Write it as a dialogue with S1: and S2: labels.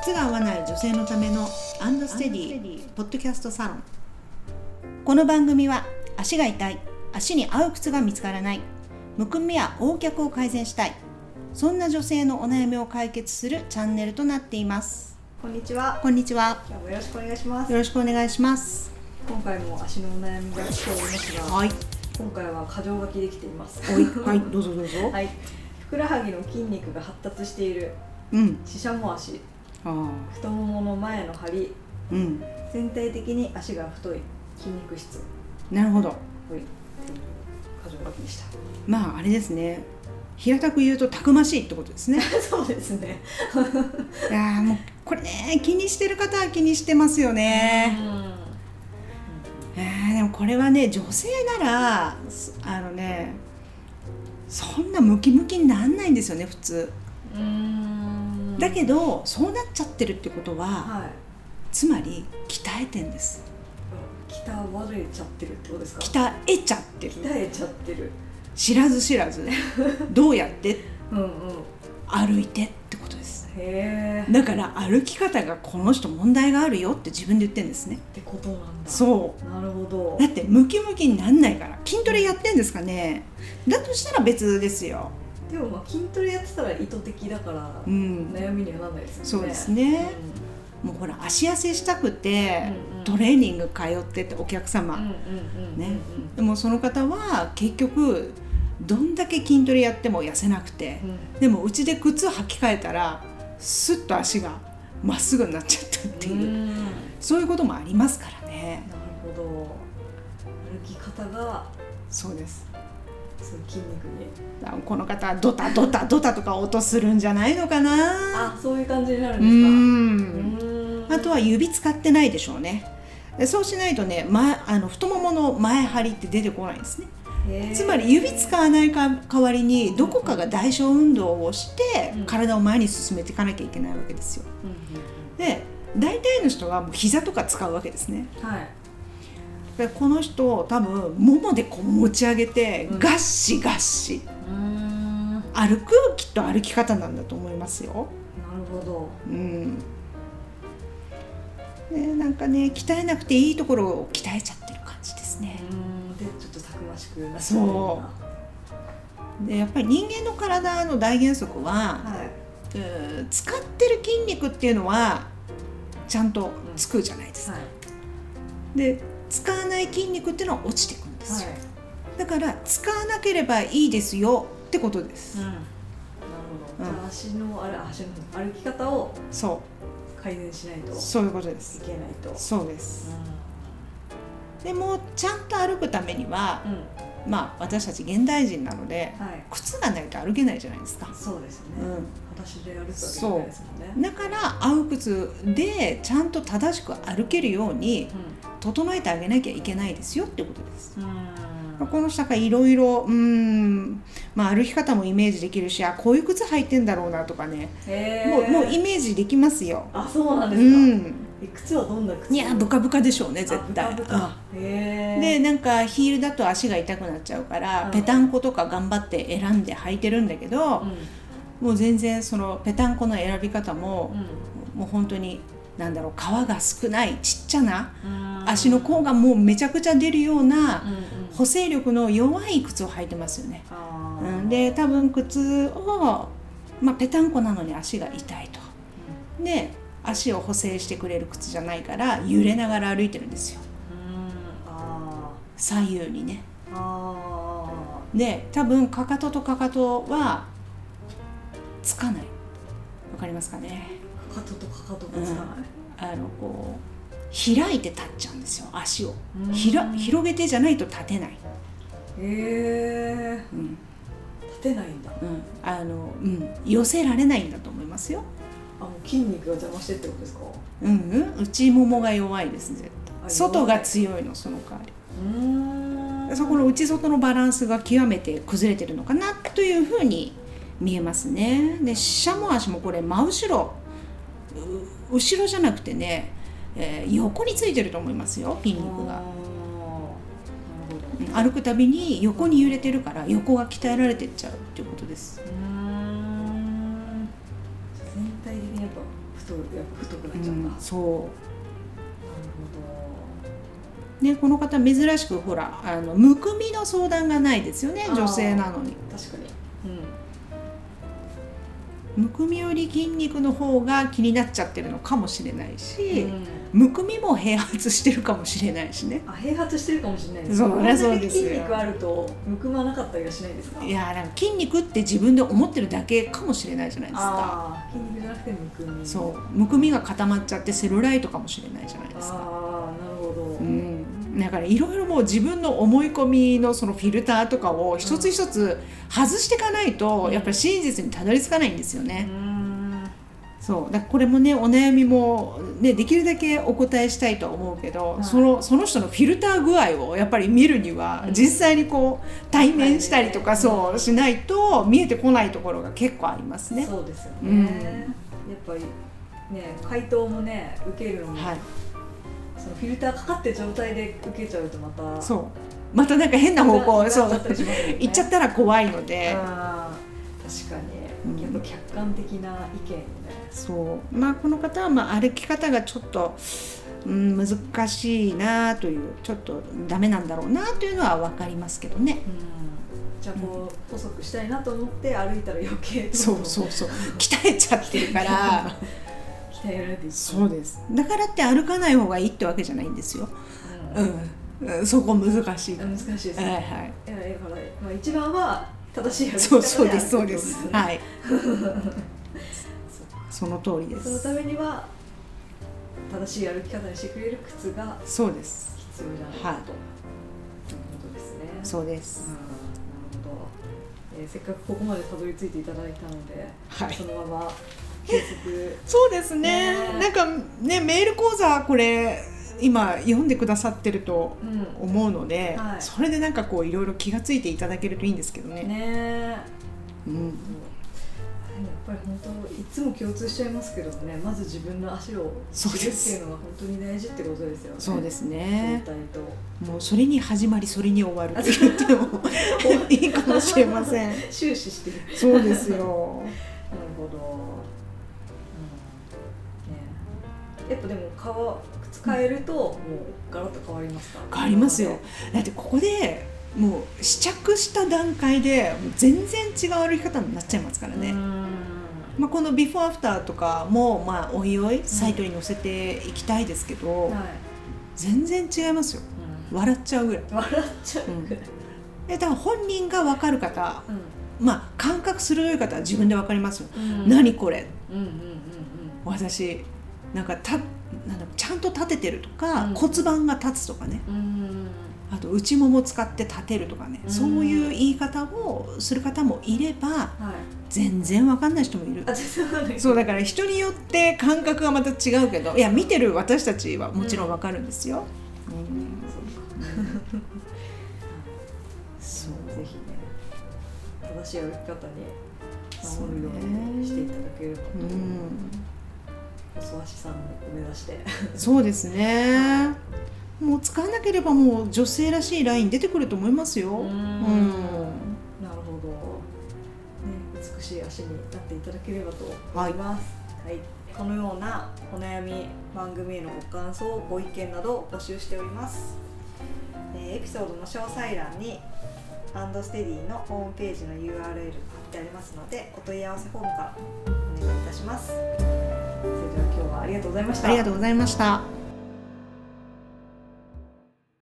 S1: 靴が合わない女性のためのアンドステディポッドキャストサロンこの番組は足が痛い足に合う靴が見つからないむくみや横脚を改善したいそんな女性のお悩みを解決するチャンネルとなっています
S2: こんにちは。
S1: こんにちは
S2: 今日もよろしくお願いします
S1: よ。ろしくお願いします
S2: 今回も足のお悩みが来ておりますが、
S1: はい
S2: 今回は過剰書きできています。
S1: おいはいどうぞどうぞ
S2: はい。ふくらはぎの筋肉が発達している
S1: うん
S2: 四捨も足、
S1: ああ
S2: 太ももの前の張り、
S1: うん
S2: 全体的に足が太い筋肉質、
S1: なるほど
S2: はい。っていう過剰書きでし
S1: まああれですね平たく言うとたくましいってこと ですね
S2: た。 そうですね。
S1: いやーもうこれね気にしてる方は気にしてますよね、えーでもこれはね女性ならすあのねそんなムキムキになんないんですよね普通
S2: うん。うん
S1: だけどそうなっちゃってるってことは
S2: はい。
S1: つまり鍛えてんです
S2: 鍛われちゃってるってことですか。
S1: 鍛えちゃってる
S2: 鍛えちゃってる。
S1: 知らず知ら ずどうやって
S2: うんうん。
S1: 歩いてってことです
S2: へえ。
S1: だから歩き方がこの人問題があるよって自分で言ってんですね
S2: ってことなんだ。
S1: そう
S2: なるほど
S1: だ。ってムキムキになんないから筋トレやってんですかねだとしたら別ですよ
S2: でもまあ筋トレやってたら意図的だから
S1: うん
S2: 悩みにはならないですよね。
S1: そうですねもうほら足痩せしたくて
S2: うんうん
S1: トレーニング通っててお客
S2: うん。うん
S1: 様
S2: うんうん。
S1: ねでもその方は結局どんだけ筋トレやっても痩せなくて
S2: うん。
S1: でもうちで靴履き替えたらスッと足がまっすぐになっちゃったって
S2: う
S1: いうん
S2: なる
S1: そういうこともありますからね
S2: ほど。歩き方が
S1: そうです
S2: その筋肉に。
S1: だからこの方はドタドタドタとか音するんじゃないのかな
S2: あ、そういう感じになる
S1: うんん
S2: ですか。うん
S1: あとは指使ってないでしょうね。でそうしないとね、前あの太ももの前張りって出てこないんですね。
S2: へー
S1: つまり指使わないか代わりにどこかが代償運動をして
S2: うん
S1: 体を前に進めていかなきゃいけないわけですよ。
S2: うんうん
S1: で大体の人はもう膝とか使うわけですね。
S2: うんはい。
S1: でこの人多分ももでこう持ち上げて
S2: うん
S1: ガッシガッシ
S2: うん。な
S1: 歩くきっと歩き方なんだと思いますよ。
S2: るほど。
S1: うん。ねなんかね鍛えなくていいところを鍛えちゃってる感じですね。
S2: うん。でちょっとたくましくなっ
S1: そう
S2: るよう
S1: でやっぱり人間の体の大原則
S2: な
S1: は、
S2: はい。
S1: えー使ってる筋肉っていうのはちゃんとつくじゃないですか、
S2: はい。
S1: で使わない筋肉っていうのは落ちていくんですよ、
S2: はい。
S1: だから使わなければいいですよってことで
S2: うん
S1: す、
S2: なるほど。じゃあ足のあれ足の歩き方を
S1: そ
S2: 改善しないという
S1: そういうことです
S2: けないと。
S1: そうですでもちゃんと歩くためには
S2: うん、うん、
S1: まあ私たち現代人なので
S2: はい。
S1: 靴がないと歩けないじゃないですか、
S2: そうですね。
S1: うん
S2: 私でやるとわけじゃないですもん
S1: だ
S2: ね。
S1: から合う靴でちゃんと正しく歩けるように整えてあげなきゃいけないですよってことです。
S2: うん。
S1: この社会いろいろうーん、まあ、歩き方もイメージできるしあこういう靴履いてんだろうなとかね、
S2: へえ。
S1: もうもうイメージできますよ。
S2: あ、そうなん
S1: う
S2: ですか。
S1: ん、
S2: え靴はどんな靴？
S1: いやブカブカでしょうね絶対。
S2: あブカブカへ
S1: うん
S2: え。
S1: でなんかヒールだと足が痛くなっちゃうから、
S2: うん
S1: ぺたんことか頑張って選んで履いてるんだけど、
S2: うん、
S1: もう全然そのぺたんこの選び方も
S2: う、ん
S1: もう本当になんだろう皮が少ないちっちゃな
S2: うん、
S1: 足の甲がもうめちゃくちゃ出るような
S2: うんうん。
S1: 補正力の弱い靴を履いてますよね。
S2: あ
S1: う
S2: ー
S1: ん、で多分靴を、まあ、ぺたんこなのに足が痛いと。で足を補正してくれる靴じゃないから揺れながら歩いてるんですよ
S2: うんあ
S1: 左右にね。
S2: ーあ
S1: で多分かかととかかとはつかない。わかりますかね
S2: ー。かかととかかとがつかない。
S1: あのこう開いて立っちゃうんですよ足を
S2: うん
S1: ひら広げてじゃないと立てない、
S2: へえ。
S1: うん
S2: 立てないんだ。
S1: うんあのうん、寄せられないんだと思いますよ
S2: あもう筋肉が邪魔してってことですか
S1: うんうん内ももが弱いです絶
S2: あ
S1: 対外が
S2: 弱い
S1: 強いのその代わ
S2: うー
S1: り
S2: ん
S1: そこの内外のバランスが極めて崩れてるのかなというふうに見えますねでしゃも足もこれ真後ろう後ろじゃなくてね、えー横についてると思いますよ筋肉
S2: あ
S1: が
S2: ーなるほ
S1: う
S2: ど
S1: ん歩くたびに横に揺れてるから横が鍛えられてっちゃうっていうことです
S2: うーん全体的にやっぱ太るやっぱ太く
S1: う
S2: なっちゃった、
S1: ん
S2: なる
S1: そ
S2: ほ
S1: うねこの方珍しくほらあのむくみの相談がないですよね
S2: あー
S1: 女性なのに
S2: ど確かにうん
S1: むくみより筋肉の方が気になっちゃってるのかもしれないし、
S2: うん
S1: むくみも併発してるかもしれないしね
S2: あ併発してるかもしれないです
S1: そう
S2: れ
S1: そうですよ
S2: 筋肉あるとむくまなかったりはしないですか
S1: いやーなんか筋肉って自分で思ってるだけかもしれないじゃないですか
S2: ああ筋肉じゃなくてむくみ
S1: そうむくみが固まっちゃってセルライトかもしれないじゃないですか
S2: ああなるほど、
S1: うん、だからいろいろもう自分の思い込みのそのフィルターとかを一つ一つ外していかないと
S2: うん
S1: やっぱり真実にたどり着かないんですよね。
S2: うん
S1: そうだからこれもねお悩みも、ね、できるだけお答えしたいとは思うけど、
S2: はい
S1: そのその人のフィルター具合をやっぱり見るには
S2: うん
S1: 実際にこう対面したりとか
S2: 対面
S1: そうしないと見えてこないところが結構ありますね。
S2: そうですよね、
S1: うん
S2: やっぱりね回答もね受けるのも、
S1: はい、
S2: そのフィルターかかってる状態で受けちゃうとまたう
S1: そうまたなんか変な方向そう
S2: 行っちゃったりしますよね
S1: 行っちゃったら怖いので。
S2: あー確か
S1: うん
S2: にやっぱ客観的な意見をね、
S1: そうまあこの方はまあ歩き方がちょっと、うん、難しいなというちょっとダメなんだろうなというのは分かりますけどね。
S2: うん、じゃあこう細くしたいなと思って歩いたら余計どんどん
S1: そうそうそう鍛えちゃってるから
S2: 鍛えられていく
S1: そうですだからって歩かない方がいいってわけじゃないんですよ、
S2: う
S1: うんんうん、そこ難しい、
S2: 難しいです
S1: は
S2: ね、
S1: いはい
S2: いやだから、まあ、一番は正しい歩き
S1: そ
S2: 方
S1: うそうです
S2: あ
S1: そう
S2: るって
S1: で
S2: こと
S1: す
S2: よね
S1: はい その通りで
S2: その
S1: す
S2: ためには正しい歩き方にしてくれる靴が
S1: そうです
S2: 必要じゃないかと、
S1: はい
S2: ということですね
S1: そうで
S2: うん
S1: す
S2: なるほど、えーせっかくここまでたどり着いていただいたので、
S1: はい
S2: そのまま継続
S1: そうですね
S2: ね
S1: なんかねメール講座これ今読んでくださってると
S2: うん
S1: 思うので、
S2: はい
S1: それでなんかこういろいろ気がついていただけるといいんですけどね。
S2: ねえ
S1: うん、
S2: はいやっぱり本当いつも共通しちゃいますけどねまず自分の足を
S1: そ
S2: 知
S1: う
S2: るっ
S1: で
S2: て
S1: す
S2: いうのが本当に大事ってことですよね
S1: そうです
S2: 全
S1: ね。
S2: 体と
S1: もうそれに始まりそれに 終わるって言ってもいいかもしれません。
S2: 終始してる
S1: そうですよ。
S2: なるほど、うんねえ、やっぱでも革靴変えるともうガラッと変わりますか
S1: 変わりますよ。だってここでもう試着した段階でもう全然違う歩き方になっちゃいますからね。
S2: うん
S1: まあ、このビフォーアフターとかもまあおいおいサイトに載せていきたいですけど、
S2: はい、
S1: 全然違いますよ笑っちゃうぐらい
S2: うん笑っちゃうぐらい、
S1: えだから本人が分かる方
S2: うん
S1: まあ感覚鋭い方は自分で分かりますよ、
S2: うん
S1: 何これ
S2: うんうんうん
S1: 私なんかたなんだろうちゃんと立ててるとか、
S2: うん
S1: 骨盤が立つとかね
S2: うんうん
S1: あと内もも使って立てるとかね、
S2: うん
S1: そういう言い方をする方もいれば
S2: はい
S1: 全然分かんない人もいる
S2: あ全然わかんない
S1: そうだから人によって感覚がまた違うけどいや見てる私たちはもちろんわかるんですよ。うんそう
S2: ぜひね正しい歩き方に
S1: そう
S2: 守るよう
S1: ね
S2: にしていただければと、
S1: うん
S2: 細足さんを目指して
S1: そうですねもう使わなければもう女性らしいライン出てくると思いますよ。うん
S2: なるほど、ね、美しい足になっていただければと思います、はいこのようなお悩み番組へのご感想ご意見などを募集しております、えーエピソードの詳細欄にアンドステディのホームページの URL が貼ってありますのでお問い合わせフォームからお願いいたしますそれでは今日はありがとうございました
S1: ありがとうございました。